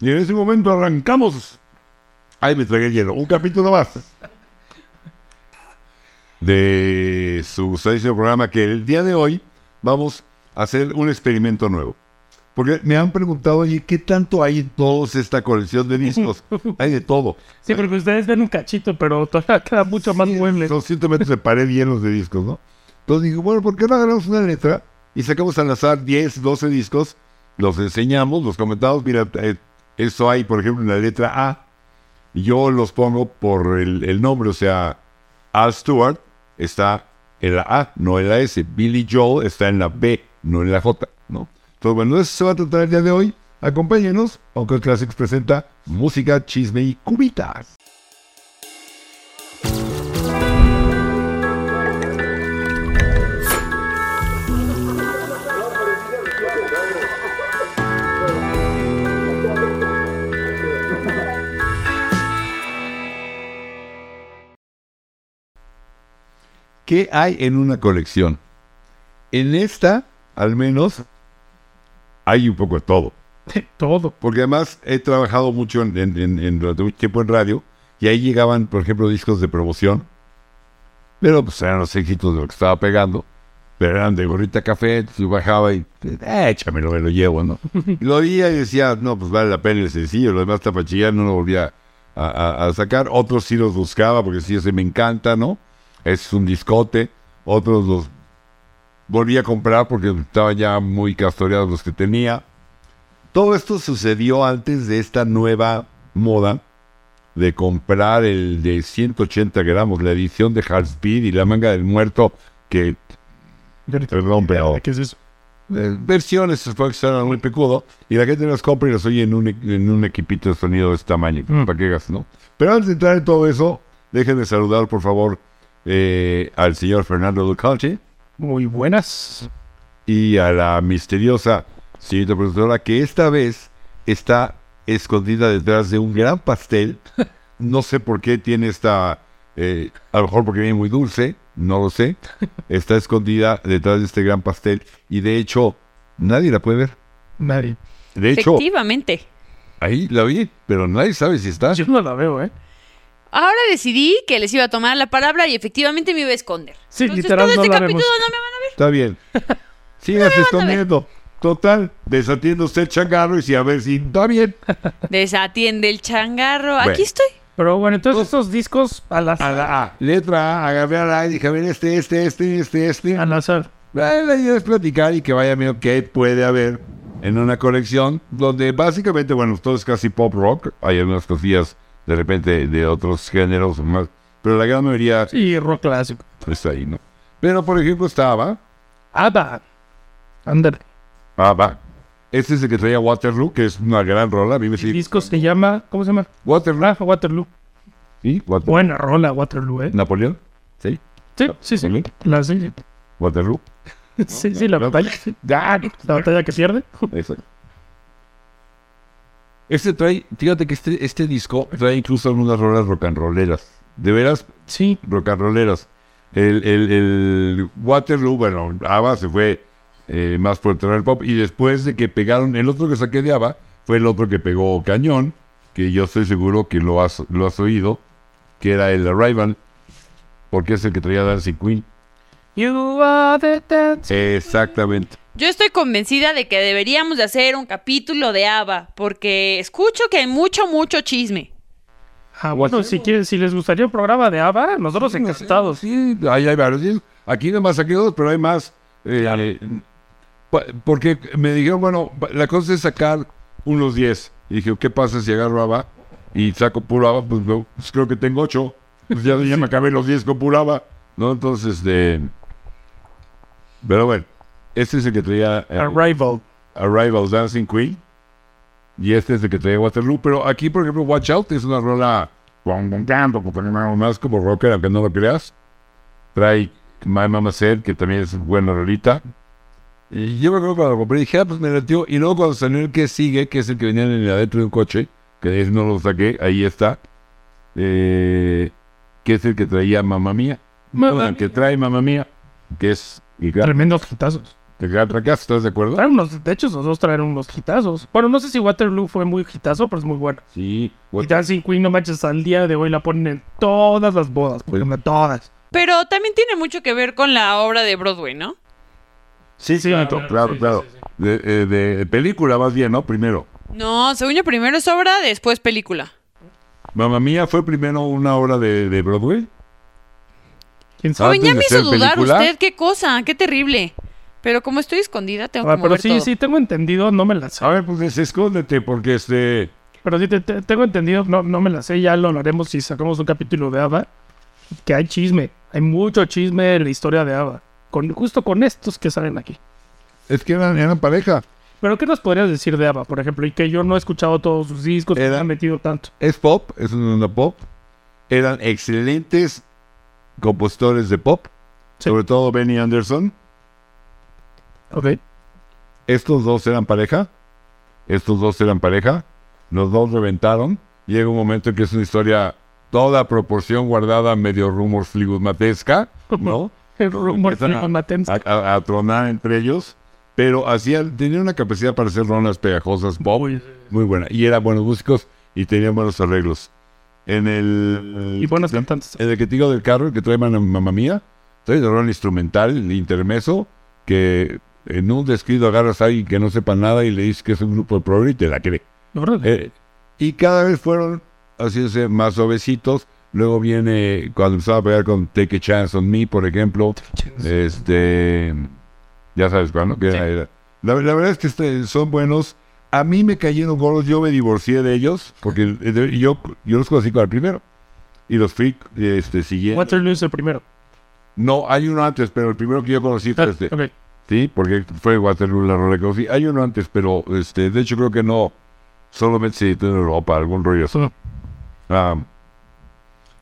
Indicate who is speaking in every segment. Speaker 1: Y en ese momento arrancamos. Ay, me tragué el hielo. Un capítulo más. De su sexto programa que el día de hoy vamos a hacer un experimento nuevo. Porque me han preguntado, oye, ¿qué tanto hay en todos esta colección de discos? Hay de todo.
Speaker 2: Sí, porque ustedes ven un cachito, pero todavía queda mucho más mueble.
Speaker 1: Son 100 metros de pared llenos de discos, ¿no? Entonces dije, bueno, ¿por qué no agarramos una letra y sacamos al azar 10, 12 discos? Los enseñamos, los comentamos. Mira, eh, eso hay, por ejemplo, en la letra A. y Yo los pongo por el, el nombre, o sea, Al Stewart está en la A, no en la S. Billy Joel está en la B, no en la J, ¿no? Entonces, bueno, de eso se va a tratar el día de hoy. Acompáñenos, aunque Classics presenta música, chisme y cubitas. ¿Qué hay en una colección? En esta, al menos, hay un poco de todo.
Speaker 2: Todo.
Speaker 1: Porque además he trabajado mucho en, en- en- en- durante mucho tiempo en radio y ahí llegaban, por ejemplo, discos de promoción. Pero pues eran los éxitos de lo que estaba pegando. Pero eran de gorrita café, entonces yo bajaba y eh, échamelo, me lo llevo, ¿no? lo oía y decía, no, pues vale la pena el sencillo, lo demás tapachillar no lo volvía a, a- a sacar. Otros sí los buscaba porque sí, ese me encanta, ¿no? Ese es un discote. Otros los volví a comprar porque estaban ya muy castoreados los que tenía. Todo esto sucedió antes de esta nueva moda de comprar el de 180 gramos, la edición de Hard Speed y la manga del muerto, que, perdón, pero
Speaker 2: ¿Qué es eso?
Speaker 1: eh, versiones supongo que son muy picudo, y la gente los compra y los oye en un, e- en un equipito de sonido de este tamaño,
Speaker 2: Mm.
Speaker 1: para que hagas, ¿no? Pero antes de entrar en todo eso, déjenme saludar, por favor, eh, al señor Fernando Ducati
Speaker 2: Muy buenas.
Speaker 1: y a la misteriosa señorita productora que esta vez está escondida detrás de un gran pastel. No sé por qué tiene esta, eh, a lo mejor porque viene muy dulce, no lo sé. Está escondida detrás de este gran pastel y de hecho nadie la puede ver.
Speaker 2: Nadie.
Speaker 1: De hecho,
Speaker 3: Efectivamente.
Speaker 1: ahí la vi, pero nadie sabe si está.
Speaker 2: Yo no la veo, ¿eh?
Speaker 3: Ahora decidí que les iba a tomar la palabra y efectivamente me iba a esconder.
Speaker 2: Sí, literal,
Speaker 3: todo
Speaker 2: no
Speaker 3: este
Speaker 2: la
Speaker 3: capítulo
Speaker 2: vemos.
Speaker 3: no me van a
Speaker 1: Está bien. Síganse escondiendo. Total, desatiende usted el changarro y si a ver si está bien.
Speaker 3: ver. Desatiende el changarro.
Speaker 1: Bueno.
Speaker 3: Aquí estoy.
Speaker 2: Pero bueno, entonces esos discos al
Speaker 1: A
Speaker 2: azar.
Speaker 1: la A, letra A, agarré a la A y dije, a ver, este, este, este, este, este.
Speaker 2: Al azar.
Speaker 1: La, la idea es platicar y que vaya viendo qué puede haber en una colección donde básicamente, bueno, todo es casi pop rock. Hay algunas cosillas de repente de otros géneros más, pero la gran mayoría
Speaker 2: Sí, rock clásico.
Speaker 1: está ahí, ¿no? Pero por ejemplo estaba,
Speaker 2: ABBA. Ander.
Speaker 1: ah, va. Este es el que traía Waterloo, que es una gran rola. A mí me
Speaker 2: El
Speaker 1: sigue-
Speaker 2: disco se llama, ¿cómo se llama?
Speaker 1: Waterloo.
Speaker 2: Raja Waterloo.
Speaker 1: ¿Sí? Water-
Speaker 2: Buena rola, Waterloo, ¿eh?
Speaker 1: Napoleón. Sí.
Speaker 2: Sí, sí, sí.
Speaker 1: ¿Sí?
Speaker 2: La, sí,
Speaker 1: Waterloo.
Speaker 2: sí, sí, la
Speaker 1: no.
Speaker 2: batalla. sí. La batalla que pierde.
Speaker 1: Exacto. Este trae, fíjate que este, este disco trae incluso algunas rolas rock and rolleras. De veras,
Speaker 2: Sí.
Speaker 1: rock and rolleras. El, el, el Waterloo, bueno, ABBA se fue eh, más por el terreno del pop. Y después de que pegaron, el otro que saqué de ABBA fue el otro que pegó Cañón, que yo estoy seguro que lo has, lo has oído, que era el Arrival, porque es el que traía Dancing Queen.
Speaker 2: You are the dance.
Speaker 1: Exactamente.
Speaker 3: Yo estoy convencida de que deberíamos de hacer un capítulo de ABBA porque escucho que hay mucho, mucho chisme.
Speaker 2: Ah, bueno, si, quieres, si les gustaría un programa de ABBA, nosotros encantados.
Speaker 1: Sí, ahí hay varios. Sí, Aquí nomás saqué dos, pero hay más. eh, eh, pa- porque me dijeron, bueno, pa- la cosa es sacar unos 10. Y dije, ¿qué pasa si agarro ABBA y saco puro ABBA? Pues, no, pues creo que tengo 8. Pues ya, ya me acabé los 10 con puro ABBA. ¿No? Entonces, este. Pero bueno, este es el que traía eh,
Speaker 2: Arrival.
Speaker 1: Arrival Dancing Queen. Y este es el que traía Waterloo. Pero aquí, por ejemplo, Watch Out es una rola más como rocker, aunque no lo creas. Trae My Mama Said, que también es buena rolita. Y yo me acuerdo cuando lo compré, dije, ah, pues me latió. Y luego cuando salió el que sigue, que es el que venía en el adentro de un coche, que de ese no lo saqué, ahí está. eh, que es el que traía Mamá Mía.
Speaker 2: Mamma
Speaker 1: Bueno, el que trae Mamá Mía, que es... y claro,
Speaker 2: Tremendos hitazos.
Speaker 1: que El gran fracaso, ¿estás de acuerdo?
Speaker 2: Traen unos, de hecho, los dos trajeron unos hitazos. Bueno, no sé si Waterloo fue muy hitazo, pero es muy bueno.
Speaker 1: Sí.
Speaker 2: Y Dancing Queen, no manches, al día de hoy la ponen en todas las bodas, porque en todas.
Speaker 3: Pero también tiene mucho que ver con la obra de Broadway, ¿no?
Speaker 1: Sí, sí, claro, claro. claro, De, eh, de película más bien, ¿no? Primero.
Speaker 3: No, según yo, primero es obra, después película.
Speaker 1: Mamma Mía fue primero una obra de, de Broadway.
Speaker 2: ¿Quién sabe?
Speaker 1: Ah,
Speaker 3: Joven, ya
Speaker 1: antes
Speaker 3: me
Speaker 1: de
Speaker 3: hizo
Speaker 1: ser
Speaker 3: dudar
Speaker 1: película.
Speaker 3: usted, qué cosa, qué terrible. Pero como estoy escondida, tengo
Speaker 2: Ah,
Speaker 3: que
Speaker 2: pero
Speaker 3: mover
Speaker 2: sí,
Speaker 3: todo. Ah.
Speaker 2: sí, tengo entendido, no me la sé.
Speaker 1: A ver, pues es- escóndete, porque este.
Speaker 2: Pero sí, te- te- tengo entendido, no, no me la sé, ya lo haremos si sacamos un capítulo de Ava. Que hay chisme, hay mucho chisme en la historia de Ava. Con, justo con estos que salen aquí.
Speaker 1: Es que eran, eran pareja.
Speaker 2: Pero ¿qué nos podrías decir de Ava, por ejemplo? Y que yo no he escuchado todos sus discos, que
Speaker 1: Era-
Speaker 2: me han metido tanto.
Speaker 1: Es pop, es una onda pop. Eran excelentes compositores de pop.
Speaker 2: Sí.
Speaker 1: Sobre todo Benny Anderson.
Speaker 2: Ok.
Speaker 1: Estos dos eran pareja. Estos dos eran pareja. Los dos reventaron. Llega un momento en que es una historia toda proporción guardada, medio rumor fligomatesca, ¿no?
Speaker 2: El rumor
Speaker 1: Empiezan a-
Speaker 2: de Matem-
Speaker 1: A, a- a tronar entre ellos. Pero hacían, tenían una capacidad para hacer rondas pegajosas pop
Speaker 2: Uy,
Speaker 1: muy buena. Y eran buenos músicos y tenían buenos arreglos. En el.
Speaker 2: Y buenos
Speaker 1: en-
Speaker 2: cantantes.
Speaker 1: en el que te digo del carro, el que trae Mam- Mamma Mía, trae de rol instrumental, el intermeso, que en un descuido agarras a alguien que no sepa nada y le dices que es un grupo de progre y te la cree.
Speaker 2: Órale.
Speaker 1: Eh, y cada vez fueron haciéndose más suavecitos. Luego viene cuando empezaba a pegar con Take a Chance on Me, por ejemplo. Este. Ya sabes cuándo. Que era- era. La, la verdad es que este- son buenos. A mí me cayeron gordos. Yo me divorcié de ellos. Porque eh, de- yo, yo los conocí con el primero. Y los fui este, siguiendo.
Speaker 2: Waterloo es el primero.
Speaker 1: No, hay uno antes, pero el primero que yo conocí fue
Speaker 2: Ah,
Speaker 1: este.
Speaker 2: ok.
Speaker 1: Sí, porque fue Waterloo la rola que conocí. Hay uno antes, pero este, de hecho creo que no. Solamente se editó en Europa, algún rollo así.
Speaker 2: Ah.
Speaker 1: Ah,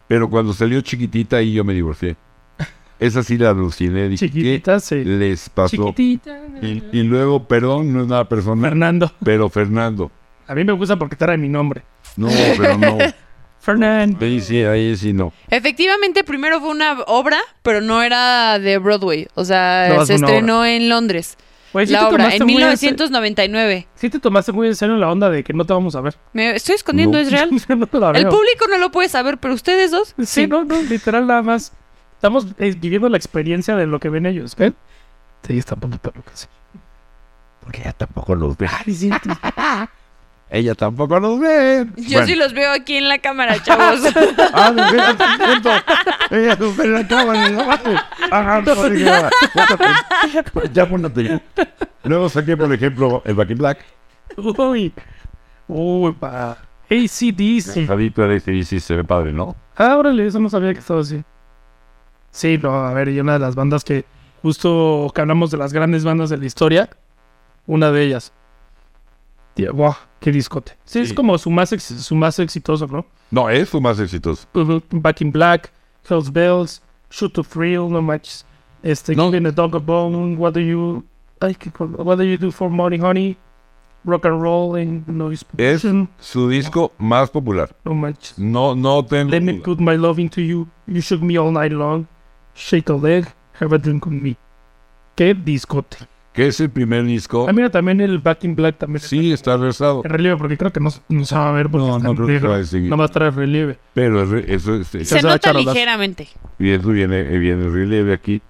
Speaker 1: pero cuando salió chiquitita ahí yo me divorcié. Esa sí la aluciné. dije,
Speaker 2: Chiquitita, sí.
Speaker 1: ¿qué les pasó?
Speaker 2: Chiquitita.
Speaker 1: Y, y luego, perdón, no es nada personal,
Speaker 2: Fernando.
Speaker 1: pero Fernando.
Speaker 2: A mí me gusta porque trae mi nombre.
Speaker 1: No, pero no.
Speaker 2: Fernando.
Speaker 1: Ahí sí, ahí sí no.
Speaker 3: Efectivamente, primero fue una obra, pero no era de Broadway. O sea,
Speaker 2: No, es
Speaker 3: se
Speaker 2: una
Speaker 3: estrenó en Londres.
Speaker 2: Güey, sí
Speaker 3: la
Speaker 2: te
Speaker 3: obra,
Speaker 2: tomaste
Speaker 3: en
Speaker 2: muy en
Speaker 3: 1999.
Speaker 2: se- Sí te tomaste muy en serio la onda de que no te vamos a ver.
Speaker 3: Me estoy escondiendo,
Speaker 1: No.
Speaker 3: es real.
Speaker 2: no te la
Speaker 3: El
Speaker 2: veo.
Speaker 3: público no lo puede saber, pero ustedes dos.
Speaker 2: Sí, no, no, literal nada más. Estamos eh, viviendo la experiencia de lo que ven ellos, ¿eh? ¿ven? Sí, está un poquito loca, sí.
Speaker 1: Porque ella tampoco los ve.
Speaker 2: Ay, sí, sí.
Speaker 1: Ella tampoco los ve.
Speaker 3: Yo
Speaker 1: Bueno.
Speaker 3: sí los veo aquí en la cámara, chavos.
Speaker 1: Ah, no, mira, te cuento. Ella no me la cámara, no mames. Ah, no,
Speaker 2: pues,
Speaker 1: sí, ya, póntate. Pues Ya póntate. Luego saqué, por ejemplo, el Back in Black.
Speaker 2: Uy. Uy, pa. ACDC.
Speaker 1: Jadito de ACDC este, se ve padre, ¿no?
Speaker 2: Ah, órale, eso no sabía que estaba así. Sí, no, a ver, y una de las bandas que justo que hablamos de las grandes bandas de la historia, una de ellas. Tía, Buah, qué discote. Sí, es
Speaker 1: Sí.
Speaker 2: como su más, ex- su más exitoso, ¿no?
Speaker 1: No, es su más exitoso.
Speaker 2: Back in Black, Hell's Bells, Shoot to Thrill, no manches. Este,
Speaker 1: No.
Speaker 2: Giving a Dog a Bone, What do you, ay, qué co- what do you do for money, honey? Rock and Roll and Noise
Speaker 1: Es su disco más popular.
Speaker 2: no manches.
Speaker 1: No, no tengo.
Speaker 2: Let me put my love into you. You shook me all night long. Shake a leg. Have a drink with me. Qué discote.
Speaker 1: Que es el primer disco.
Speaker 2: Ah, mira, también el Back in Black también.
Speaker 1: Sí, está rezado.
Speaker 2: En relieve, porque creo que no, se- no se va a ver. Porque
Speaker 1: Oh. No,
Speaker 2: está
Speaker 1: no
Speaker 2: en
Speaker 1: creo que
Speaker 2: negro.
Speaker 1: se va a distinguir.
Speaker 2: Nada más trae relieve.
Speaker 1: Pero es re- eso es. eh,
Speaker 3: se
Speaker 2: se va a
Speaker 3: nota
Speaker 2: echar a hablar.
Speaker 3: ligeramente.
Speaker 1: Y eso viene, eh, viene el relieve aquí.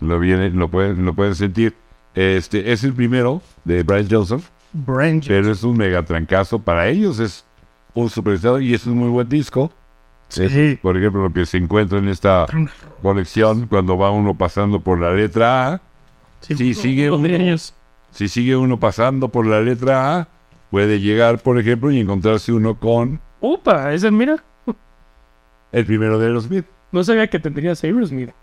Speaker 1: Lo, viene, lo, pueden, lo pueden sentir. Este es el primero de Brian Johnson.
Speaker 2: Brain Jet.
Speaker 1: Pero es un mega trancazo para ellos, es un superestado y es un muy buen disco.
Speaker 2: Sí.
Speaker 1: Por ejemplo, lo que se encuentra en esta colección, cuando va uno pasando por la letra A, sí, sigue
Speaker 2: Con
Speaker 1: uno.
Speaker 2: ellos.
Speaker 1: si sigue uno pasando por la letra A, puede llegar, por ejemplo, y encontrarse uno con
Speaker 2: Upa, ese, mira.
Speaker 1: el primero de Aerosmith.
Speaker 2: No sabía que tendrías Sabres, mira.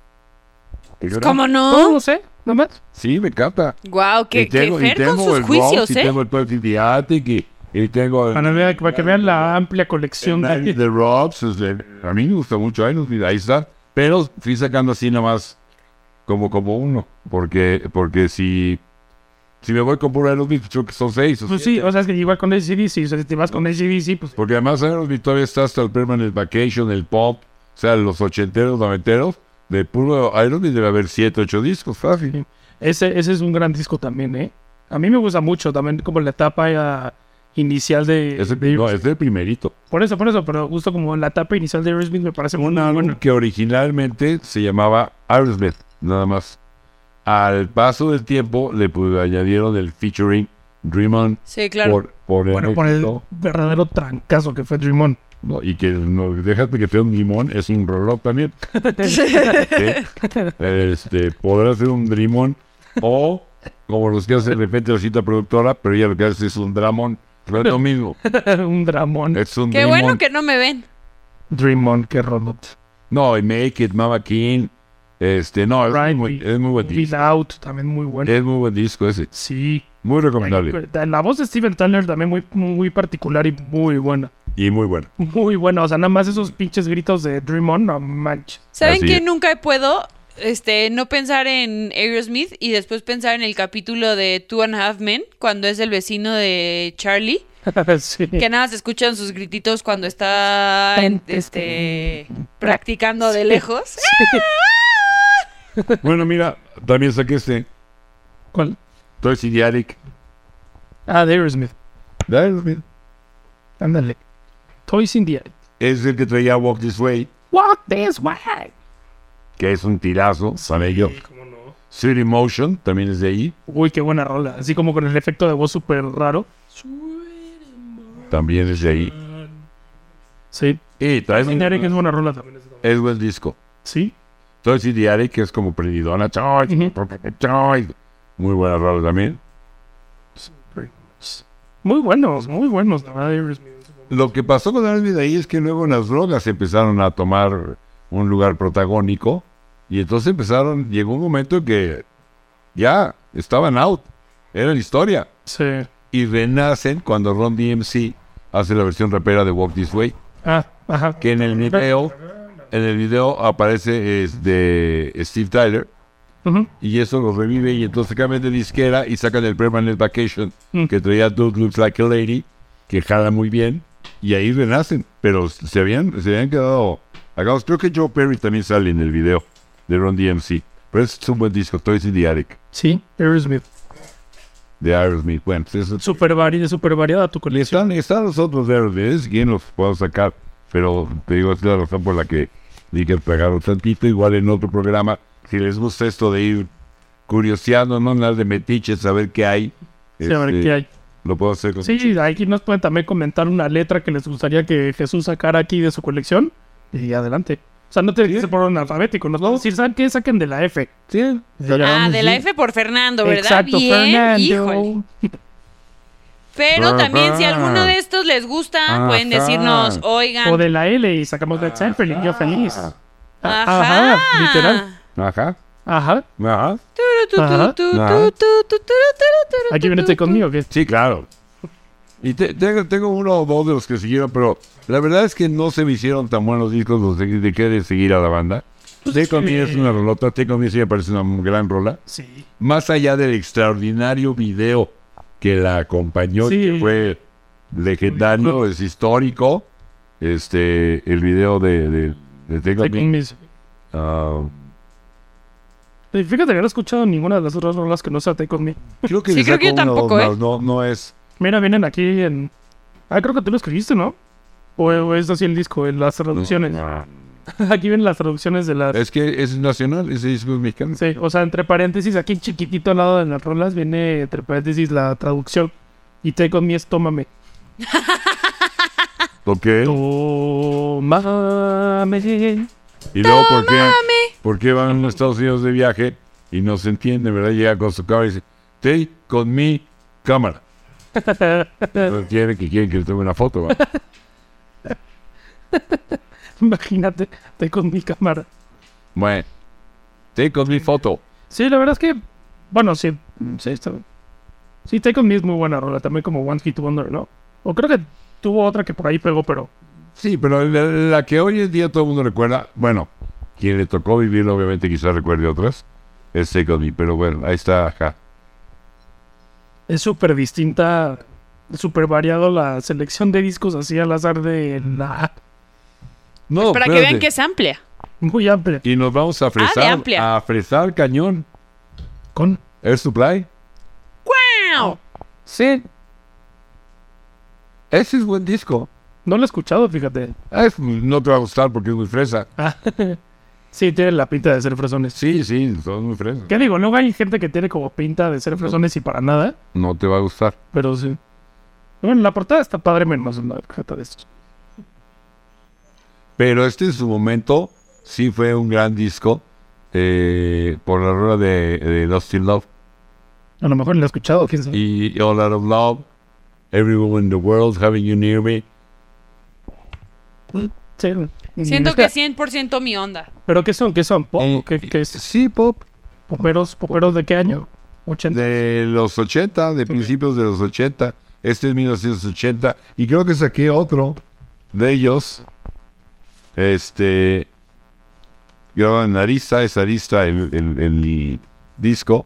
Speaker 3: Pues ¿Cómo
Speaker 2: No,
Speaker 3: no?
Speaker 2: no sé, nada más.
Speaker 1: Sí, me encanta.
Speaker 3: Guau, que,
Speaker 1: y tengo,
Speaker 3: que
Speaker 1: y
Speaker 3: Fer con
Speaker 1: tengo
Speaker 3: sus
Speaker 1: el
Speaker 3: juicios,
Speaker 1: Rose, y
Speaker 3: ¿eh?
Speaker 1: tengo el Perfect Attic, y, y tengo el
Speaker 2: Para, ver- para que vean la amplia colección
Speaker 1: Night in
Speaker 2: de.
Speaker 1: the Robs, este, a mí me gusta mucho Aerosmith, ahí está. Pero fui sacando así nada más como, como uno, porque, porque si, si me voy con puro Aerosmith, creo que son seis. o
Speaker 2: Pues
Speaker 1: siete.
Speaker 2: sí, o sea, es que igual con ACDC. O sea, si te vas con ACDC, pues.
Speaker 1: Porque además Aerosmith todavía está hasta el Permanent Vacation, el pop, o sea, los ochenteros, noventeros, de puro Aerosmith debe haber siete, ocho discos, fácil.
Speaker 2: Ese, ese es un gran disco también, ¿eh? A mí me gusta mucho también como la etapa eh, inicial de...
Speaker 1: Es el,
Speaker 2: de
Speaker 1: no, es el primerito.
Speaker 2: Por eso, por eso, pero justo como la etapa inicial de Aerosmith me parece muy
Speaker 1: Un álbum
Speaker 2: bueno.
Speaker 1: que originalmente se llamaba Aerosmith, nada más. Al paso del tiempo le pu- añadieron el featuring Dream On
Speaker 3: Sí, claro.
Speaker 1: por, por el
Speaker 2: Bueno, por el
Speaker 1: éxito,
Speaker 2: verdadero trancazo que fue Dream On.
Speaker 1: ¿no? Y que no, déjate que sea un limón, es un rock también. ¿sí? este, podrá ser un Dreamon o como los que hace de repente la cita productora, pero ella lo que hace es un Dramon. Pero es lo mismo.
Speaker 2: un dramón.
Speaker 1: Es un
Speaker 3: Qué
Speaker 1: Dream
Speaker 3: bueno
Speaker 1: On.
Speaker 3: que no me ven.
Speaker 2: Dream On, qué robot.
Speaker 1: No, y Make It, Mama King. Este, no, es
Speaker 2: Right,
Speaker 1: muy, es muy buen disco.
Speaker 2: Bill Out, también muy bueno.
Speaker 1: Es muy buen disco ese.
Speaker 2: Sí.
Speaker 1: Muy recomendable.
Speaker 2: La voz de Steven Tyler también muy, muy particular y muy buena.
Speaker 1: Y muy bueno.
Speaker 2: Muy buena. O sea, nada más esos pinches gritos de Dream On, no manches.
Speaker 3: ¿Saben
Speaker 1: Así
Speaker 3: que
Speaker 1: es.
Speaker 3: nunca puedo este, no pensar en Aerosmith y después pensar en el capítulo de Two and a Half Men cuando es el vecino de Charlie?
Speaker 2: sí.
Speaker 3: Que nada, más se escuchan sus grititos cuando está en- este, practicando de lejos.
Speaker 1: Bueno, mira, también saqué este.
Speaker 2: ¿Cuál?
Speaker 1: Toxic Attic.
Speaker 2: Ah, de Aerosmith.
Speaker 1: de Aerosmith.
Speaker 2: Ándale. Toys in the Attic.
Speaker 1: Es el que traía Walk This Way,
Speaker 2: Walk this way.
Speaker 1: que es un tirazo, sabe yo. City Motion también es de ahí.
Speaker 2: Uy, qué buena rola. Así como con el efecto de voz súper raro.
Speaker 1: También es de ahí.
Speaker 2: Sí.
Speaker 1: Y traes
Speaker 2: Toys in
Speaker 1: un,
Speaker 2: the Attic es buena rola también.
Speaker 1: es buen disco.
Speaker 2: Sí.
Speaker 1: Entonces, Diary, que es como prendidona. choy,
Speaker 2: Ujú.
Speaker 1: choy. Muy buena rola también.
Speaker 2: Muy buenos, muy buenos, la verdad, Aerosmith.
Speaker 1: Lo que pasó con Aerosmith ahí es que luego las drogas empezaron a tomar un lugar protagónico. Y entonces empezaron, llegó un momento que ya estaban out. Era la historia.
Speaker 2: Sí.
Speaker 1: Y renacen cuando Ron DMC hace la versión rapera de Walk This Way.
Speaker 2: Ah, ajá.
Speaker 1: que en el video, en el video aparece este Steve Tyler
Speaker 2: Ujú.
Speaker 1: y eso lo revive y entonces cambian de disquera y sacan el Permanent Vacation
Speaker 2: Mm.
Speaker 1: que traía Dude Looks Like a Lady que jala muy bien y ahí renacen, pero se habían, se habían quedado acabados. Creo que Joe Perry también sale en el video de Ron DMC, pero es un buen disco, Toys in the Attic,
Speaker 2: Sí, Aerosmith.
Speaker 1: de Aerosmith. Bueno, pues eso-
Speaker 2: Super, vari super variada tu
Speaker 1: Le están,
Speaker 2: colección.
Speaker 1: están los otros de Aerosmith, quién los puedo sacar, pero te digo, es la razón por la que dije pegaron tantito, igual en otro programa, si les gusta esto de ir curioseando, no nada de metiches, saber qué hay,
Speaker 2: Sí, a ver
Speaker 1: este,
Speaker 2: qué hay.
Speaker 1: lo puedo hacer con...
Speaker 2: Sí, aquí nos pueden también comentar una letra que les gustaría que Jesús sacara aquí de su colección. Y adelante. O sea, no tiene que ser por orden alfabético. Nos vamos a decir, ¿saben qué? Saquen de la F.
Speaker 1: Sí,
Speaker 3: Ah, de la F por Fernando, ¿verdad?
Speaker 2: Exacto,
Speaker 3: Bien,
Speaker 2: Fernando.
Speaker 3: híjole. Pero
Speaker 1: Ajá.
Speaker 3: también si alguno de estos les gusta,
Speaker 1: Ajá.
Speaker 3: pueden decirnos, oigan.
Speaker 2: O de la L y sacamos de Zeppelin. Yo feliz.
Speaker 3: Ajá.
Speaker 2: Ajá, literal.
Speaker 1: Ajá,
Speaker 2: Ajá.
Speaker 1: ajá.
Speaker 3: Turu, tu, tu,
Speaker 2: Ajá.
Speaker 3: tu, tu,
Speaker 1: Ajá.
Speaker 3: tu, tu, tu, tu, tu, tu,
Speaker 2: Aquí viene
Speaker 3: tu,
Speaker 2: usted
Speaker 3: tu.
Speaker 2: conmigo. ¿qué?
Speaker 1: Sí, claro. Y te- tengo, tengo uno o dos de los que siguieron, pero la verdad es que no se me hicieron tan buenos discos los de, de que de seguir a la banda.
Speaker 2: Pues
Speaker 1: Take On Me es una rolota, Take On Me sí me parece una gran rola.
Speaker 2: Sí.
Speaker 1: más allá del extraordinario video que la acompañó,
Speaker 2: Sí.
Speaker 1: que fue legendario, es histórico, este, el video de, de, de Take On
Speaker 2: Take
Speaker 1: Me,
Speaker 2: On Me, sí.
Speaker 1: ah,
Speaker 2: Eh, Fíjate que no he escuchado ninguna de las otras rolas que no sea Take On Me.
Speaker 1: creo que
Speaker 3: Sí,
Speaker 1: le
Speaker 3: creo que
Speaker 1: saco uno
Speaker 3: yo
Speaker 1: o dos
Speaker 3: tampoco, ¿eh?
Speaker 1: más, no, no es,
Speaker 2: Mira, vienen aquí en. Ah, creo que tú lo escribiste, ¿no? O, o es así el disco, en las traducciones. Aquí vienen las traducciones de las.
Speaker 1: es que es nacional, ese disco es mexicano.
Speaker 2: Sí, o sea, entre paréntesis, aquí chiquitito al lado de las rolas viene entre paréntesis la traducción. Y Take On Me es tómame.
Speaker 1: Ok,
Speaker 2: Tómame.
Speaker 1: y luego ¿por qué, por qué van a Estados Unidos de viaje y no se entiende, ¿verdad? Llega con su cámara y dice, Take On Me cámara. No entiende que quieren que le tome una foto, ¿va?
Speaker 2: Imagínate, Take On Me cámara.
Speaker 1: Bueno, Take On Me foto.
Speaker 2: Sí, la verdad es que. Bueno, sí. mm, Sí, está bien. Sí, Take On Me es muy buena rola. También como One Hit Wonder, ¿no? O creo que tuvo otra que por ahí pegó, pero.
Speaker 1: Sí, pero la, la que hoy en día todo el mundo recuerda, bueno, quien le tocó vivirlo obviamente quizás recuerde otras, es Take On Me, pero bueno, ahí está, ajá.
Speaker 2: Es súper distinta, súper variado la selección de discos así al azar de la
Speaker 1: No,
Speaker 3: Para que vean
Speaker 1: Oh, espérate.
Speaker 3: que es amplia.
Speaker 2: muy amplia.
Speaker 1: Y nos vamos a fresar,
Speaker 3: amplia.
Speaker 1: a fresar cañón.
Speaker 2: ¿Con?
Speaker 1: Air Supply.
Speaker 3: ¡Wow!
Speaker 1: Sí. Ese es buen disco.
Speaker 2: No lo he escuchado, fíjate.
Speaker 1: Ah, es- no te va a gustar porque es muy fresa.
Speaker 2: Ah, sí, tiene la pinta de ser fresones.
Speaker 1: Sí, sí, son muy fresas.
Speaker 2: ¿Qué digo? Luego hay gente que tiene como pinta de ser fresones y para nada,
Speaker 1: No te va a gustar.
Speaker 2: pero sí. Bueno, la portada está padre menos una cajeta de estos.
Speaker 1: Pero este en su momento sí fue un gran disco eh, por la rueda de, de Lost in Love.
Speaker 2: A lo mejor ni lo he escuchado, quién sabe.
Speaker 1: Y All Out of Love, Every Woman in the World, Having You Near Me.
Speaker 2: Sí.
Speaker 3: Siento
Speaker 2: Es
Speaker 3: que 100% mi onda.
Speaker 2: ¿Pero qué son? ¿Qué son? ¿Pop?
Speaker 1: Eh,
Speaker 2: ¿Qué, qué es?
Speaker 1: Sí, pop.
Speaker 2: ¿Poperos? ¿Poperos de qué año? ¿80?
Speaker 1: De los 80, de principios de los 80. Este es 1980. Y creo que saqué otro de ellos. Este. Grabado en Arista, es Arista el, el- el disco.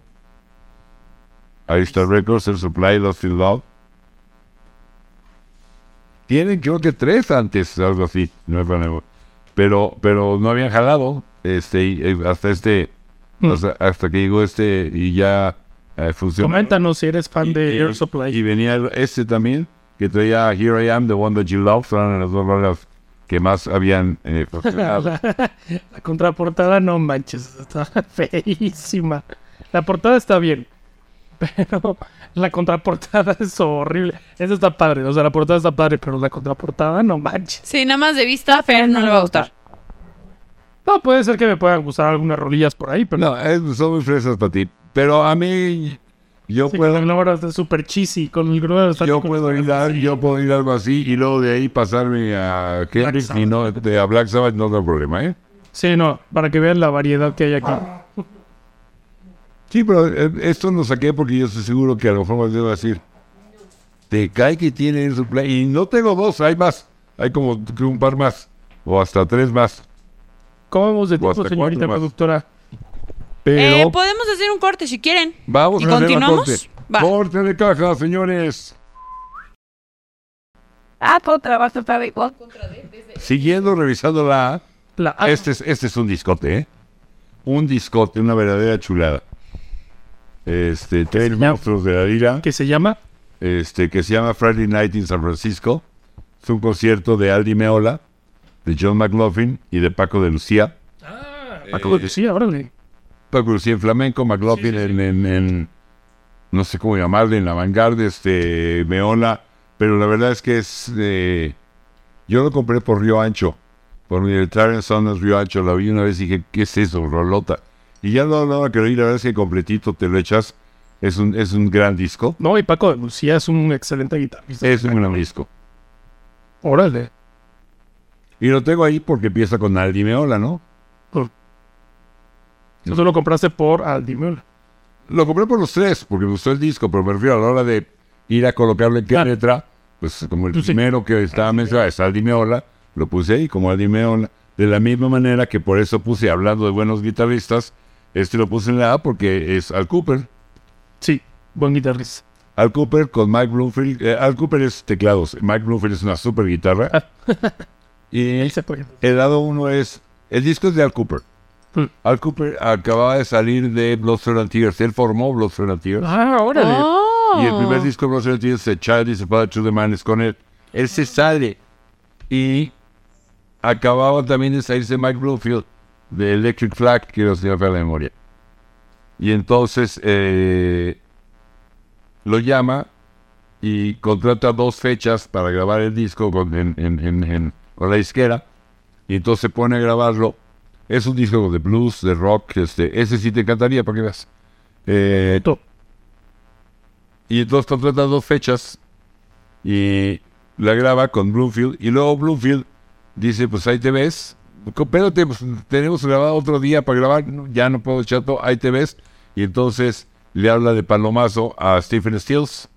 Speaker 1: Arista Records, El Supply, Lost in Love. Tienen creo que tres antes, algo así. No es problema. Pero, pero no habían jalado. Este, y, eh, hasta este.
Speaker 2: Hmm.
Speaker 1: o sea, hasta que llegó este y ya eh, funcionó.
Speaker 2: Coméntanos si eres fan
Speaker 1: Y-
Speaker 2: de
Speaker 1: y-
Speaker 2: Air Supply.
Speaker 1: Y venía el- este también, que traía Here I Am, The One That You Love, eran las dos rolas que más habían eh, funcionado.
Speaker 2: la, la contraportada no manches, está feísima. La portada está bien, pero la contraportada es horrible. Esa está padre, o sea, la portada está padre, pero la contraportada no manches.
Speaker 3: Sí, nada más de vista, Fer no le va a gustar.
Speaker 2: No, puede ser que me puedan gustar algunas rolillas por ahí, pero
Speaker 1: No, eh, son muy fresas para ti. Pero a mí, yo
Speaker 2: sí,
Speaker 1: puedo,
Speaker 2: con el número está súper cheesy, con el número está
Speaker 1: yo
Speaker 2: con-
Speaker 1: puedo ir a, yo puedo ir a algo así y luego de ahí pasarme a Kendrick y
Speaker 2: Sabbath.
Speaker 1: no, de- a Black Sabbath no tengo problema, ¿eh?
Speaker 2: Sí, no, para que vean la variedad que hay aquí.
Speaker 1: Sí, pero eh, esto lo saqué porque yo estoy seguro que a lo mejor me debo decir. Te cae que tiene en su play. Y no tengo dos, hay más. Hay como que un par más. O hasta tres más.
Speaker 2: ¿Cómo vamos de
Speaker 1: Hasta
Speaker 2: tiempo,
Speaker 1: cuatro
Speaker 2: señorita
Speaker 1: más.
Speaker 2: productora?
Speaker 1: Pero
Speaker 3: Eh, podemos hacer un corte si quieren.
Speaker 1: vamos
Speaker 3: ¿y
Speaker 1: a hacer un
Speaker 3: continuamos?
Speaker 1: corte.
Speaker 3: Va.
Speaker 1: Corte de caja, señores.
Speaker 4: Ah, contra, vas a
Speaker 3: Oh.
Speaker 4: estar igual.
Speaker 1: Siguiendo revisando la A,
Speaker 2: La,
Speaker 1: Este es, este es un discote, ¿eh? Un discote, una verdadera chulada. Este, tres
Speaker 2: llama-
Speaker 1: monstruos de la lira.
Speaker 2: que se llama
Speaker 1: este, que se llama Friday Night in San Francisco. Es un concierto de Aldi Meola, de John McLaughlin y de Paco de Lucía.
Speaker 2: Paco de Lucía, órale.
Speaker 1: Paco de Lucía en flamenco, McLaughlin En, en- en- no sé cómo llamarle, en la vanguardia, este, Meola. Pero la verdad es que es... eh, yo lo compré por Río Ancho, por Military Sonos Río Ancho. La vi una vez y dije, ¿qué es eso, Rolota? Y ya no, no, que lo vi, la verdad es que completito te lo echas. Es un, es un gran disco.
Speaker 2: No, y Paco de Lucía es un excelente guitarrista.
Speaker 1: Es un gran disco.
Speaker 2: Órale.
Speaker 1: Y lo tengo ahí porque empieza con Aldi Meola, ¿no?
Speaker 2: Si tú lo compraste por Aldi Meola.
Speaker 1: Lo compré por los tres, porque me gustó el disco, pero me refiero a la hora de ir a colocarle qué
Speaker 2: Ah.
Speaker 1: letra, pues como el
Speaker 2: Pues sí.
Speaker 1: primero que estaba mencionado es Aldi Meola, lo puse ahí como Aldi Meola. De la misma manera que por eso puse, hablando de buenos guitarristas, este lo puse en la A porque es Al Cooper.
Speaker 2: Sí, buen guitarrista.
Speaker 1: Al Cooper con Mike Bloomfield. eh, Al Cooper es teclados, Mike Bloomfield es una super guitarra.
Speaker 2: Ah.
Speaker 1: y
Speaker 2: Ahí se puede.
Speaker 1: El lado uno es. El disco es de Al Cooper.
Speaker 2: Mm.
Speaker 1: Al Cooper acababa de salir de Blood, Sweat and Tears. Él formó Blood, Sweat and Tears.
Speaker 2: Ah,
Speaker 3: Oh.
Speaker 1: Y el primer disco de Blood, Sweat and Tears, The Child is a Father to the Man, es con él. Él se sale. Y acababa también de salirse Mike Bloomfield de Electric Flag, que no se me fue a la memoria. Y entonces eh, lo llama y contrata dos fechas para grabar el disco con, en- en- en- en- con la disquera. Y entonces se pone a grabarlo. Es un disco de blues, de rock. Este, ese sí te encantaría para que veas. Eh,
Speaker 2: Top.
Speaker 1: y entonces contrata dos fechas y la graba con Bloomfield. Y luego Bloomfield dice: Pues ahí te ves. Pero te- pues, tenemos grabado otro día para grabar. no, ya no puedo, chato. Ahí te ves. Y entonces le habla de palomazo a Stephen Stills.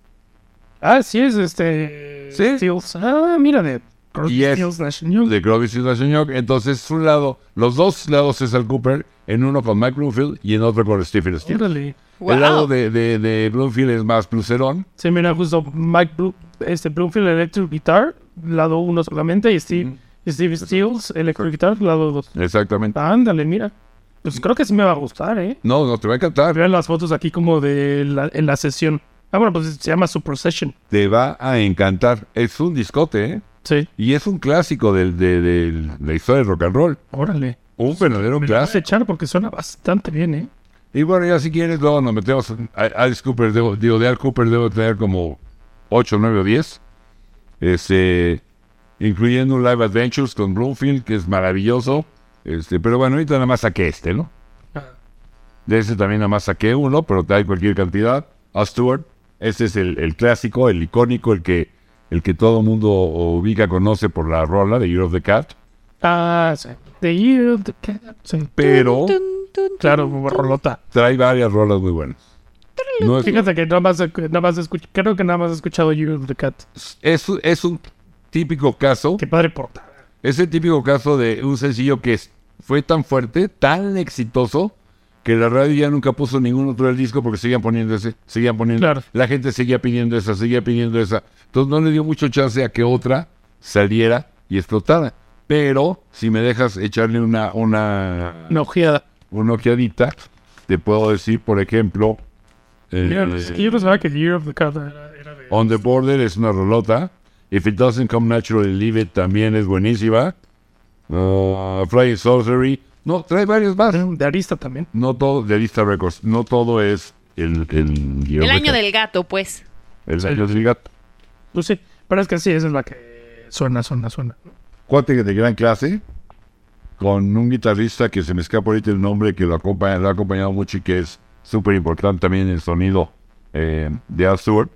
Speaker 2: Ah, sí, es este.
Speaker 1: Sí.
Speaker 2: Steels. Ah, mira, de Crosby,
Speaker 1: Yes.
Speaker 2: Stills, Nash Young.
Speaker 1: de Groovy Situation York. Entonces, un lado, los dos lados es Al Cooper, en uno con Mike Bloomfield y en otro con Stephen Stills.
Speaker 2: Órale.
Speaker 3: Wow.
Speaker 1: El lado de, de, de Bloomfield es más blucerón.
Speaker 2: Sí, mira, justo Mike Blue, este Bloomfield Electric Guitar, lado uno solamente, y Steve, Steve Steels, Electric Guitar, lado dos.
Speaker 1: Exactamente.
Speaker 2: Ándale, mira. Pues creo que sí me va a gustar, ¿eh?
Speaker 1: No, no, te va a encantar.
Speaker 2: Vean las fotos aquí como de la, en la sesión. Ah, bueno, pues se llama Super Session.
Speaker 1: Te va a encantar. Es un discote, ¿eh?
Speaker 2: Sí.
Speaker 1: Y es un clásico del- de, de la historia del rock and roll.
Speaker 2: Órale.
Speaker 1: Un verdadero
Speaker 2: Me lo voy a
Speaker 1: clásico.
Speaker 2: echar porque suena bastante bien, ¿eh?
Speaker 1: Y bueno, ya si quieres, luego nos metemos. en- a- Alice Cooper, debo- digo, de Alice Cooper debo tener como 8, 9 o 10. Este, incluyendo un Live Adventures con Bloomfield, que es maravilloso. Este, pero bueno, ahorita nada más saqué este, ¿no? De ese también nada más saqué uno, pero trae cualquier cantidad. A Stewart, ese es el, el clásico, el icónico, el que, el que todo mundo ubica, conoce por la rola de Year of the Cat.
Speaker 2: Ah, sí. The Year of the Cat. Sí.
Speaker 1: Pero
Speaker 2: Claro, rolota.
Speaker 1: trae varias rolas muy buenas. No es-
Speaker 2: Fíjate que nada más, nada más escuch- creo que nada más he escuchado Year of the Cat.
Speaker 1: es, es un típico caso,
Speaker 2: Qué padre porta.
Speaker 1: es el típico caso de un sencillo que es- fue tan fuerte, tan exitoso, que la radio ya nunca puso ningún otro del disco porque seguían poniendo ese, seguían poniendo,
Speaker 2: Claro.
Speaker 1: la gente seguía pidiendo esa, seguía pidiendo esa. Entonces no le dio mucho chance a que otra saliera y explotara. Pero si me dejas echarle una, una,
Speaker 2: Una ojeada.
Speaker 1: una ojeadita, te puedo decir, por ejemplo, eh,
Speaker 2: Mira, es que yo pensaba que Year of the Cat era, era de...
Speaker 1: On the Border es una rolota. If It Doesn't Come Naturally, Leave It también es buenísima. Uh, Flying Sorcery. No, trae varios más.
Speaker 2: De Arista también.
Speaker 1: No todo, de Vista Records. No todo es el... El,
Speaker 3: El año del gato, pues.
Speaker 1: El año del gato.
Speaker 2: Pues sí, pero es que sí, esa es la que suena, suena, suena.
Speaker 1: Cuate de gran clase. Con un guitarrista que se me escapa ahorita el nombre, que lo, acompaña, lo ha acompañado mucho y que es súper importante también el sonido eh, de Al Stewart.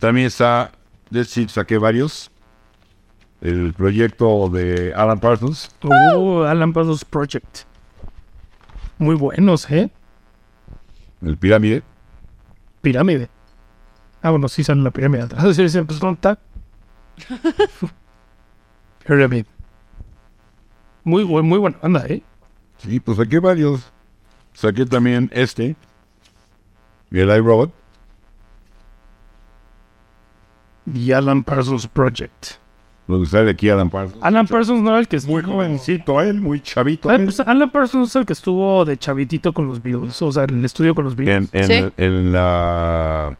Speaker 1: También está, de hecho, saqué varios. El proyecto de Alan Parsons,
Speaker 2: Oh, Alan Parsons Project. Muy buenos, ¿eh?
Speaker 1: el Pirámide.
Speaker 2: Pirámide. Ah, bueno, sí sale la pirámide atrás. Sí, sí, pues, ¿dónde está? Pyramid. Muy, buen, muy buena banda, ¿eh?
Speaker 1: Sí, pues saqué varios. Saqué también este, el iRobot.
Speaker 2: Y Alan Parsons Project.
Speaker 1: Lo que sale aquí Alan Parsons.
Speaker 2: Alan Parsons no era el que estuvo...
Speaker 1: Muy jovencito él, muy chavito.
Speaker 2: Ah,
Speaker 1: él.
Speaker 2: pues, Alan Parsons es el que estuvo de chavitito con los Beatles, o sea, en el estudio con los Beatles.
Speaker 1: en, en-
Speaker 3: Sí.
Speaker 1: en la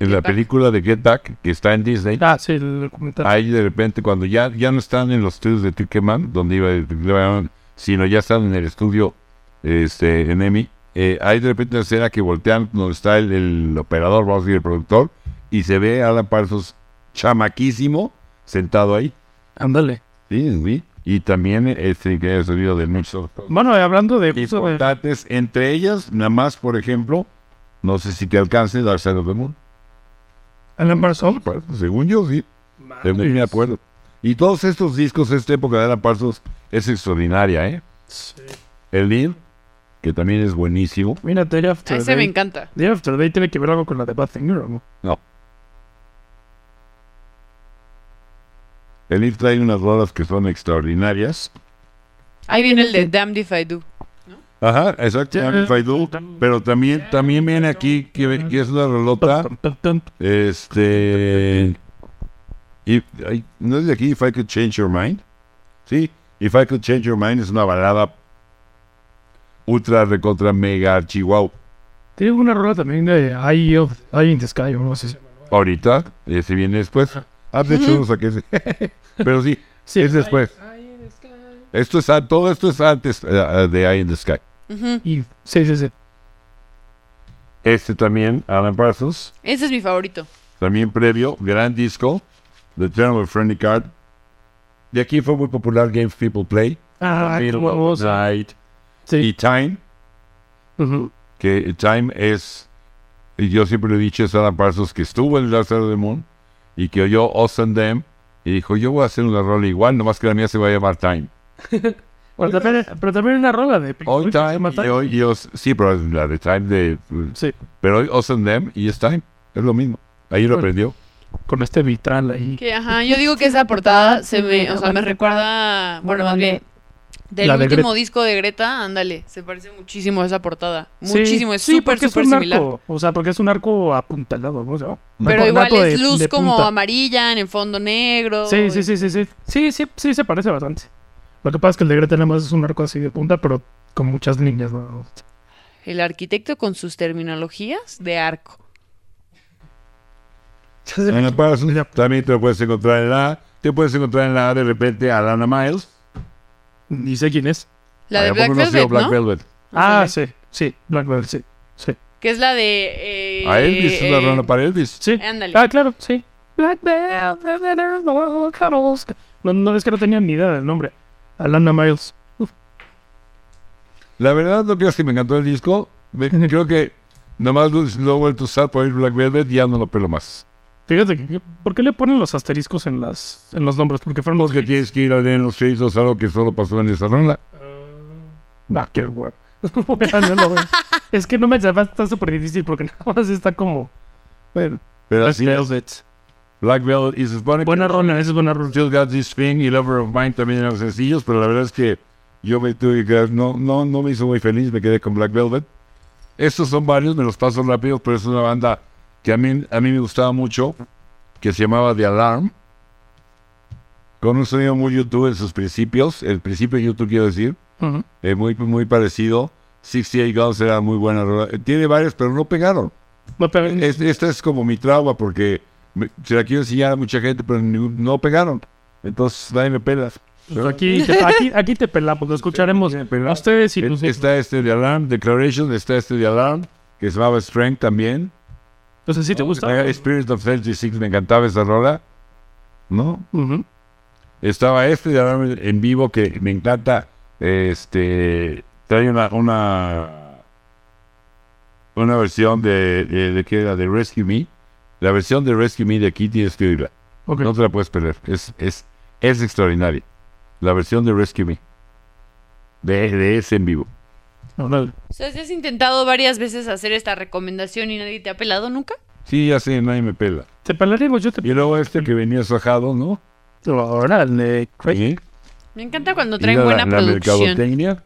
Speaker 1: en la
Speaker 3: Back.
Speaker 1: película de Get Back que está en Disney
Speaker 2: Ah, sí, el comentario.
Speaker 1: ahí de repente cuando ya ya no están en los estudios de Tickerman donde iba el- iban, sino ya están en el estudio este en EMI eh, hay de repente una escena que voltean donde está el, el operador vamos a decir el productor y se ve a Alan Parsons chamaquísimo sentado ahí
Speaker 2: Ándale.
Speaker 1: sí, sí. y también este que es el sonido del mucho
Speaker 2: Bueno, y hablando de... justo de-
Speaker 1: importantes. Entre ellas, nada más, por ejemplo, no sé si te alcance Dark Side of the Moon.
Speaker 2: Alan Parsons.
Speaker 1: Pues, según yo, sí. De
Speaker 2: Madres.
Speaker 1: me acuerdo. Y todos estos discos, esta época de Alan Parsons es extraordinaria, ¿eh?
Speaker 2: Sí.
Speaker 1: El In, que también es buenísimo.
Speaker 2: Mira, Day After
Speaker 3: Ah, Ese me
Speaker 2: Day.
Speaker 3: encanta.
Speaker 2: Day After Day tiene que ver algo con la de Badfinger, ¿o no?
Speaker 1: El Live trae unas rolas que son extraordinarias.
Speaker 3: Ahí viene el de Damned If I Do.
Speaker 1: Ajá, exacto.
Speaker 2: Ya.
Speaker 1: If I Do. Pero también, también viene aquí, que, que es una rolota.
Speaker 2: Tum, tum, tum.
Speaker 1: Este. if- ay, ¿No es de aquí If I Could Change Your Mind? Sí, If I Could Change Your Mind es una balada ultra recontra mega chihuahua.
Speaker 2: Tiene una rola también de Eye, of, Eye in the Sky, o no sé.
Speaker 1: Ahorita, eh, si viene después. Ah, de hecho, no saqué ese. Pero sí,
Speaker 2: Sí.
Speaker 1: es después. Esto es, a- todo esto es antes eh, eh, de Eye in the Sky.
Speaker 3: Ujú.
Speaker 2: Y, sí, sí, sí.
Speaker 1: Este también, Alan Parsons,
Speaker 3: Ese es mi favorito.
Speaker 1: también previo, gran disco, The Turn of a Friendly Card. De aquí fue muy popular Games People Play.
Speaker 2: Ah,
Speaker 1: Middle
Speaker 2: cómo
Speaker 1: of
Speaker 2: hermoso.
Speaker 1: the Night. Y
Speaker 2: Sí.
Speaker 1: Time,
Speaker 2: Ujú.
Speaker 1: que Time es, y yo siempre lo he dicho, es Alan Parsons que estuvo en Dark Side of the Moon y que oyó Awesome Them y dijo, yo voy a hacer una rola igual, nomás que la mía se va a llamar Time.
Speaker 2: Bueno, también- pero también una rola de Pink
Speaker 1: Hoy
Speaker 2: Floyd que se
Speaker 1: Time,
Speaker 2: llama
Speaker 1: y hoy yo, sí, pero es la de Time de,
Speaker 2: Sí,
Speaker 1: pero hoy Awesome Them y es Time, es lo mismo. Ahí lo
Speaker 2: Bueno.
Speaker 1: aprendió.
Speaker 2: con este vitral ahí.
Speaker 3: Que, ajá, yo digo que esa portada se me, o sea, me recuerda, bueno, más bien, del
Speaker 2: La de
Speaker 3: último
Speaker 2: Greta.
Speaker 3: disco de Greta, ándale, se parece muchísimo a esa portada.
Speaker 2: Sí,
Speaker 3: Muchísimo, es
Speaker 2: sí,
Speaker 3: súper,
Speaker 2: porque
Speaker 3: súper
Speaker 2: un
Speaker 3: similar.
Speaker 2: Arco, o sea, porque es un arco apuntalado, ¿no? O sea,
Speaker 3: Pero
Speaker 2: arco-
Speaker 3: igual
Speaker 2: arco de-
Speaker 3: es luz
Speaker 2: de
Speaker 3: como
Speaker 2: punta.
Speaker 3: amarilla en el fondo negro.
Speaker 2: Sí, sí, sí, sí, sí. Sí, sí, sí, se parece bastante. Lo que pasa es que el de Greta nada más es un arco así de punta, pero con muchas líneas. ¿no?
Speaker 3: El arquitecto con sus terminologías de arco.
Speaker 1: Ana Parsons, también te lo puedes encontrar en la A. Te puedes encontrar en la A de repente a Lana Miles.
Speaker 2: Ni sé quién es.
Speaker 3: La
Speaker 1: Ay, Ah,
Speaker 3: de
Speaker 1: ¿a
Speaker 3: Black
Speaker 1: poco no has
Speaker 3: Velvet,
Speaker 1: sido
Speaker 3: ¿no?
Speaker 1: Black Velvet?
Speaker 2: Ah,
Speaker 3: Ándale.
Speaker 2: sí, sí, Black Belt, sí. Sí.
Speaker 3: Que es la de... eh,
Speaker 1: A Elvis, es la
Speaker 3: eh,
Speaker 1: rana para Elvis.
Speaker 2: sí.
Speaker 3: Ándale.
Speaker 2: Ah, claro, sí.
Speaker 4: Black Bell,
Speaker 2: No, no, es que no tenía ni idea del nombre. Alana Miles. Uf,
Speaker 1: La verdad, no creas que me encantó el disco. Me- creo que nomás lo, lo he vuelto a usar por ir Black Velvet y ya no lo pelo más.
Speaker 2: Fíjate, que- que- ¿por qué le ponen los asteriscos en, las, en los nombres? Porque fueron los
Speaker 1: Que
Speaker 2: que...
Speaker 1: tienes que ir a leer en los créditos algo que solo pasó en esa ronda.
Speaker 2: Nah, qué huevo. No lo veo. es que no me llamas, está súper difícil porque nada más está como... Bueno,
Speaker 1: Pero
Speaker 2: Black
Speaker 1: así es.
Speaker 2: Velvet.
Speaker 1: Black Velvet y se supone que
Speaker 2: Buena ronda, esa es buena ronda.
Speaker 1: Still Got This Thing y Lover of Mine también eran sencillos, pero la verdad es que yo me tuve que quedar- no, no, no me hizo muy feliz, me quedé con Black Velvet. Estos son varios, me los paso rápido, pero es una banda que a mí, a mí me gustaba mucho, que se llamaba The Alarm, con un sonido muy YouTube en sus principios, el principio de YouTube quiero decir,
Speaker 2: Ujú.
Speaker 1: eh, muy, muy parecido. 68 Guns era muy buena, rola. Eh, tiene varios, pero no pegaron.
Speaker 2: No, pero-
Speaker 1: Es- esta es como mi trauma porque me- se la quiero enseñar a mucha gente, pero ni- no pegaron. Entonces nadie me pela.
Speaker 2: Pues aquí, te, aquí, aquí te pelamos, lo escucharemos a ustedes y
Speaker 1: Eh,
Speaker 2: tus hijos.
Speaker 1: Está este de Alarm, Declaration, está este de Alarm, que se llamaba Strength también.
Speaker 2: Entonces, si te gusta.
Speaker 1: Eh, Spirit of 36, me encantaba esa rola. ¿No?
Speaker 2: Ujú.
Speaker 1: Estaba este de Alarm en vivo que me encanta. Este. Trae una. Una, una versión de. ¿De, de qué era? De Rescue Me. La versión de Rescue Me de aquí tienes que oírla.
Speaker 2: Ok.
Speaker 1: No te la puedes perder. Es, es, es extraordinaria. La versión de Rescue Me. De, de ese en vivo.
Speaker 2: Órale.
Speaker 3: O sea, si has intentado varias veces hacer esta recomendación y nadie te ha pelado nunca.
Speaker 1: Sí, ya sé, nadie me pela.
Speaker 2: Te pelaremos, yo te
Speaker 1: Y luego este que venía sajado, ¿no? ¿Eh?
Speaker 2: Órale, crack.
Speaker 1: Sí.
Speaker 3: Me encanta cuando
Speaker 1: Y
Speaker 3: traen
Speaker 1: la,
Speaker 3: buena
Speaker 1: la
Speaker 3: producción.
Speaker 1: mercadotecnia.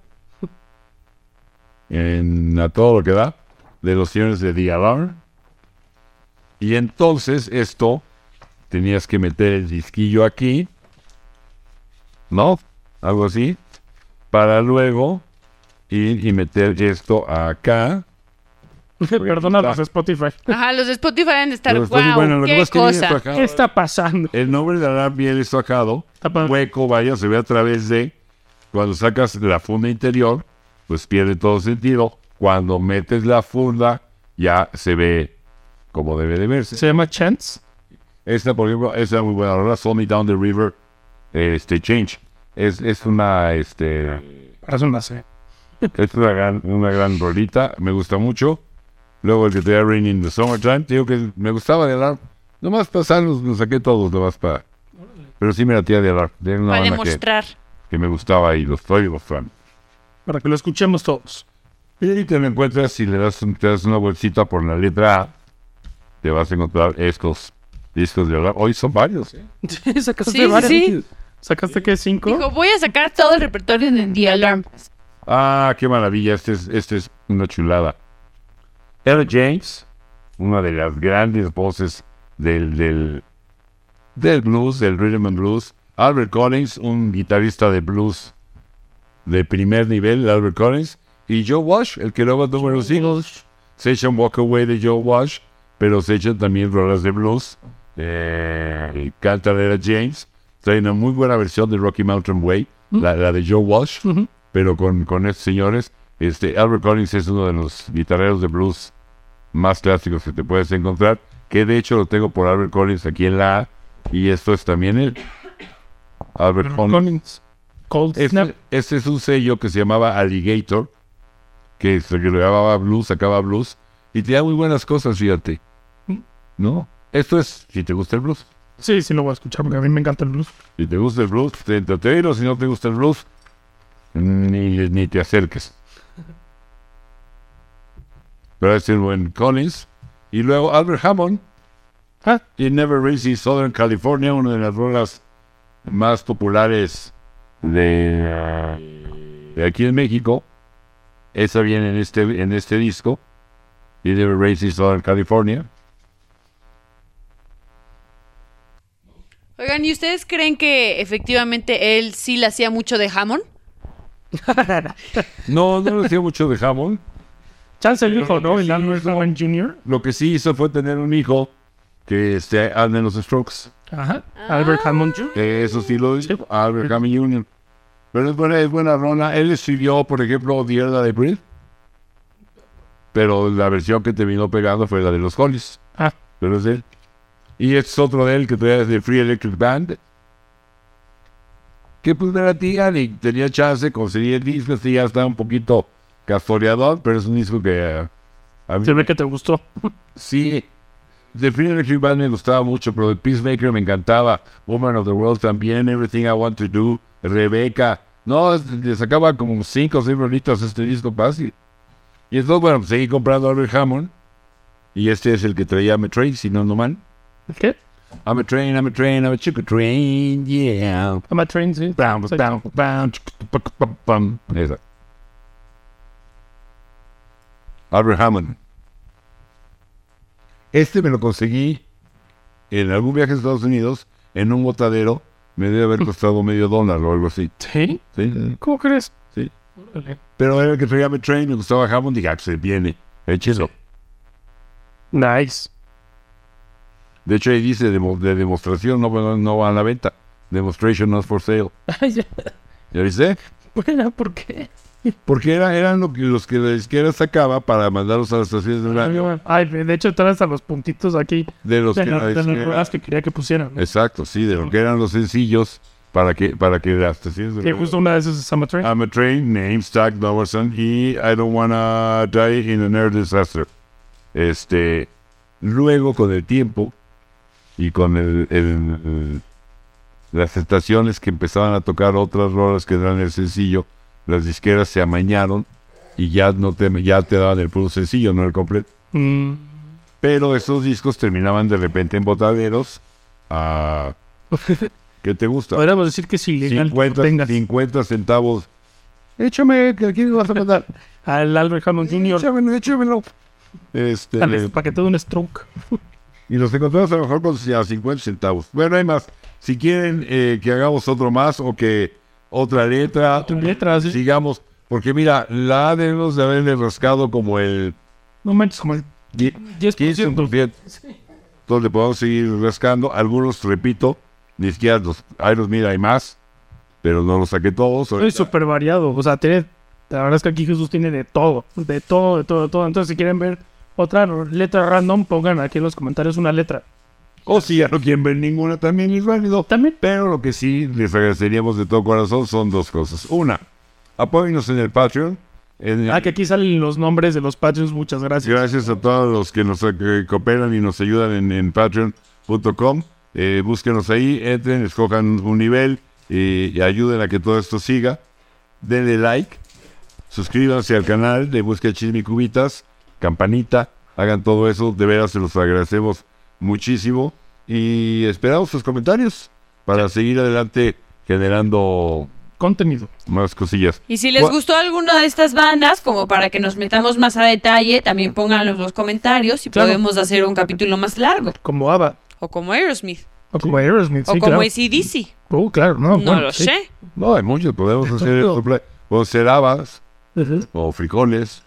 Speaker 1: En, a todo lo que da. De los señores de The Alarm. Y entonces esto. Tenías que meter el disquillo aquí. ¿No? Algo así. Para luego ir y meter esto acá.
Speaker 2: Perdónanos, Spotify.
Speaker 3: Ajá, los de Spotify deben de estar,
Speaker 1: Pero está muy
Speaker 3: wow,
Speaker 1: bueno, lo que
Speaker 3: qué
Speaker 1: pasa es que viene
Speaker 3: cosa.
Speaker 1: sojado.
Speaker 2: ¿Qué está pasando?
Speaker 1: El nombre de Alarm viene sojado.
Speaker 2: Está pa-
Speaker 1: hueco, vaya, se ve a través de cuando sacas la funda interior, pues pierde todo sentido. Cuando metes la funda, ya se ve como debe de verse.
Speaker 2: Se llama Chance.
Speaker 1: Esta, por ejemplo, es una muy buena rola, Saw Me Down the River, este, Change. Es, es una, este,
Speaker 2: Ahora son las, eh.
Speaker 1: es una gran, una gran rolita, me gusta mucho. Luego el que traía Rain in the Summertime, te digo que me gustaba de Alarm. Nomás pasarlos, los saqué todos, nomás para... Pero sí me la tía de Alarm, de una
Speaker 3: Para
Speaker 1: banda que,
Speaker 3: demostrar.
Speaker 1: que me gustaba y los estoy mostrando.
Speaker 2: Para que lo escuchemos todos.
Speaker 1: Y te lo encuentras y le das, un- te das una bolsita por la letra A, te vas a encontrar estos discos de Alarm. Hoy son varios, ¿eh?
Speaker 2: Sacaste
Speaker 3: Sí, sí,
Speaker 2: varios.
Speaker 3: sí.
Speaker 2: ¿Sacaste qué? ¿Cinco?
Speaker 3: Dijo, voy a sacar todo el repertorio de The Alarm.
Speaker 1: Ah, qué maravilla. Este es, este es una chulada. Ella James, una de las grandes voces del, del, del blues, del rhythm and blues. Albert Collins, un guitarrista de blues de primer nivel, Albert Collins. Y Joe Walsh, el que luego tuvo los singles. Se echan Walk Away de Joe Walsh, pero se echan también rolas de blues. Eh, canta Ella James. Trae una muy buena versión de Rocky Mountain Way, la, la de Joe Walsh
Speaker 2: Ujú.
Speaker 1: pero con, con estos señores, este, Albert Collins es uno de los guitarreros de blues más clásicos que te puedes encontrar, que de hecho lo tengo por Albert Collins aquí en la A, y esto es también él. Albert Collins.
Speaker 2: Collins. Cold Snap.
Speaker 1: Este, este es un sello que se llamaba Alligator, que se que lo llamaba blues, sacaba blues, y tenía muy buenas cosas, fíjate. ¿No? Esto es, si te gusta el blues.
Speaker 2: Sí, sí lo voy a escuchar porque a mí me encanta el blues.
Speaker 1: Si te gusta el blues, te entretenlo. Si no te gusta el blues, ni, ni te acerques. Pero es el buen Collins. Y luego Albert Hammond.
Speaker 2: Ah.
Speaker 1: Y Never Raised Southern California, una de las rolas más populares de, de aquí en México. Esa viene en este, en este disco. Y Never Raised Southern California.
Speaker 3: Oigan, ¿y ustedes creen que efectivamente él sí le hacía mucho de jamón?
Speaker 1: No, no le hacía mucho de jamón.
Speaker 2: Chance el hijo, ¿no? El Albert Downey Jr.
Speaker 1: Lo que sí hizo fue tener un hijo que este, anda en los Strokes.
Speaker 2: Ajá.
Speaker 3: Ah.
Speaker 2: Albert Hammond Jr.
Speaker 1: Eh, Eso sí lo dice Albert Hammond Jr. Pero es buena, es buena rola. Él escribió, por ejemplo, Dierda de Breed. Pero la versión que terminó pegando fue la de los Hollies.
Speaker 2: Ah,
Speaker 1: Pero es él. Y este es otro de él que traía de Free Electric Band. Que pues era tía y tenía chance, conseguí el disco. Este ya está un poquito castoreador, pero es un disco que eh, a mí
Speaker 2: se ve que te gustó.
Speaker 1: Sí. The Free Electric Band me gustaba mucho, pero The Peacemaker me encantaba. Woman of the World también, Everything I Want to Do, Rebeca. No, es- le sacaba como cinco o seis rolitas a este disco fácil. Y entonces, bueno, pues, seguí comprando Albert Hammond. Y este es el que traía I'm a Train, si no, no mal.
Speaker 2: ¿Qué?
Speaker 1: I'm a Train, I'm a Train, I'm a Chico Train, yeah.
Speaker 2: I'm a train, sí.
Speaker 1: Pam,
Speaker 2: Sí.
Speaker 1: pam, pam, chic, pam, pam, pam. Esa. Albert Hammond. Este me lo conseguí en algún viaje a Estados Unidos, en un botadero. Me debe haber costado medio dólar o algo así.
Speaker 2: ¿Sí?
Speaker 1: ¿Sí?
Speaker 2: ¿Cómo crees?
Speaker 1: Sí.
Speaker 2: Órale.
Speaker 1: Pero era el que traía mi train, me gustaba Hammond. Dije, ah, se viene, hechizo.
Speaker 2: Nice.
Speaker 1: De hecho, ahí dice demo- de, demostración, no, no- no va a la venta. Demonstration not for sale. ¿Ya viste?
Speaker 2: Bueno, ¿por qué?
Speaker 1: Porque era, eran lo que, los que la izquierda sacaba para mandarlos a las estaciones de
Speaker 2: Ah,
Speaker 1: radio.
Speaker 2: Ay, de hecho, traes a los puntitos aquí
Speaker 1: De los
Speaker 2: de,
Speaker 1: Pues que,
Speaker 2: la- de
Speaker 1: es
Speaker 2: las
Speaker 1: que-
Speaker 2: ruedas que quería que pusieran. ¿no?
Speaker 1: Exacto, sí, de lo que eran los sencillos para que para que las estaciones de
Speaker 2: Que justo una de esas es I'm a train.
Speaker 1: I'm a train, name Stack Doverson y I don't wanna die in an air disaster. Este, luego con el tiempo y con el, el- las estaciones que empezaban a tocar otras rolas que eran el sencillo, las disqueras se amañaron y ya no te ya te daban el puro sencillo, no el completo.
Speaker 2: Mm.
Speaker 1: Pero esos discos terminaban de repente en botaderos a... ¿Qué te gusta?
Speaker 2: Podríamos decir que es ilegal que lo
Speaker 1: 50,
Speaker 2: tengas
Speaker 1: 50 centavos. Échame, que aquí me vas a mandar.
Speaker 2: al Albert Hammond Jr.
Speaker 1: Échamelo, échamelo. Este,
Speaker 2: al paquete de un stroke.
Speaker 1: y los encontramos a lo mejor con a 50 centavos. Bueno, hay más. Si quieren eh, que hagamos otro más o que otra letra,
Speaker 2: Tu letra, sí.
Speaker 1: sigamos. Porque mira, la A debemos de haberle rascado como el
Speaker 2: No manches, como el 10%.
Speaker 1: 15%. Entonces le podemos seguir rascando. Algunos, repito, ni siquiera los Iron mira, hay más, pero no los saqué todos.
Speaker 2: Es súper variado. O sea, tiene, la verdad es que aquí Jesús tiene de todo. De todo, de todo, de todo. Entonces, si quieren ver otra letra random, pongan aquí en los comentarios una letra.
Speaker 1: O si oh, ya no quieren ver ninguna, también es válido.
Speaker 2: También.
Speaker 1: Pero lo que sí les agradeceríamos de todo corazón son dos cosas. Una, apóyennos en el Patreon. En-
Speaker 2: Ah, que aquí salen los nombres de los patrons. Muchas gracias.
Speaker 1: Gracias a todos los que nos eh, cooperan y nos ayudan en, en patreon.com. Eh, búsquenos ahí, entren, escojan un nivel eh, y ayuden a que todo esto siga. Denle like, suscríbanse al canal de Busca Chisme y Cubitas, campanita, hagan todo eso. De veras se los agradecemos muchísimo y esperamos sus comentarios para seguir adelante generando
Speaker 2: Contenido.
Speaker 1: más cosillas.
Speaker 3: Y si les
Speaker 1: Gua-
Speaker 3: gustó alguna de estas bandas, como para que nos metamos más a detalle, también pónganlo en los comentarios y
Speaker 2: Claro.
Speaker 3: podemos hacer un capítulo más largo.
Speaker 2: Como ABBA.
Speaker 3: O como Aerosmith.
Speaker 2: O como Aerosmith.
Speaker 3: O
Speaker 2: Sí,
Speaker 3: como
Speaker 2: claro.
Speaker 3: ACDC.
Speaker 2: Oh, claro. No,
Speaker 3: No
Speaker 2: bueno,
Speaker 3: lo
Speaker 2: sí.
Speaker 3: sé.
Speaker 1: No, hay muchos, podemos hacer,
Speaker 2: Exacto.
Speaker 1: podemos hacer habas.
Speaker 2: Ujú.
Speaker 1: o frijoles.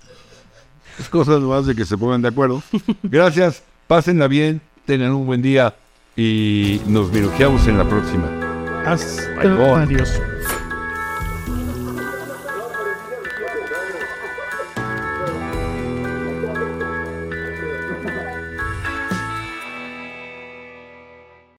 Speaker 1: Es cosas más de que se pongan de acuerdo. Gracias, pásenla bien, tengan un buen día y nos mirujeamos en la próxima.
Speaker 2: Hasta-
Speaker 1: Bye, bye.
Speaker 2: Adiós.
Speaker 3: Free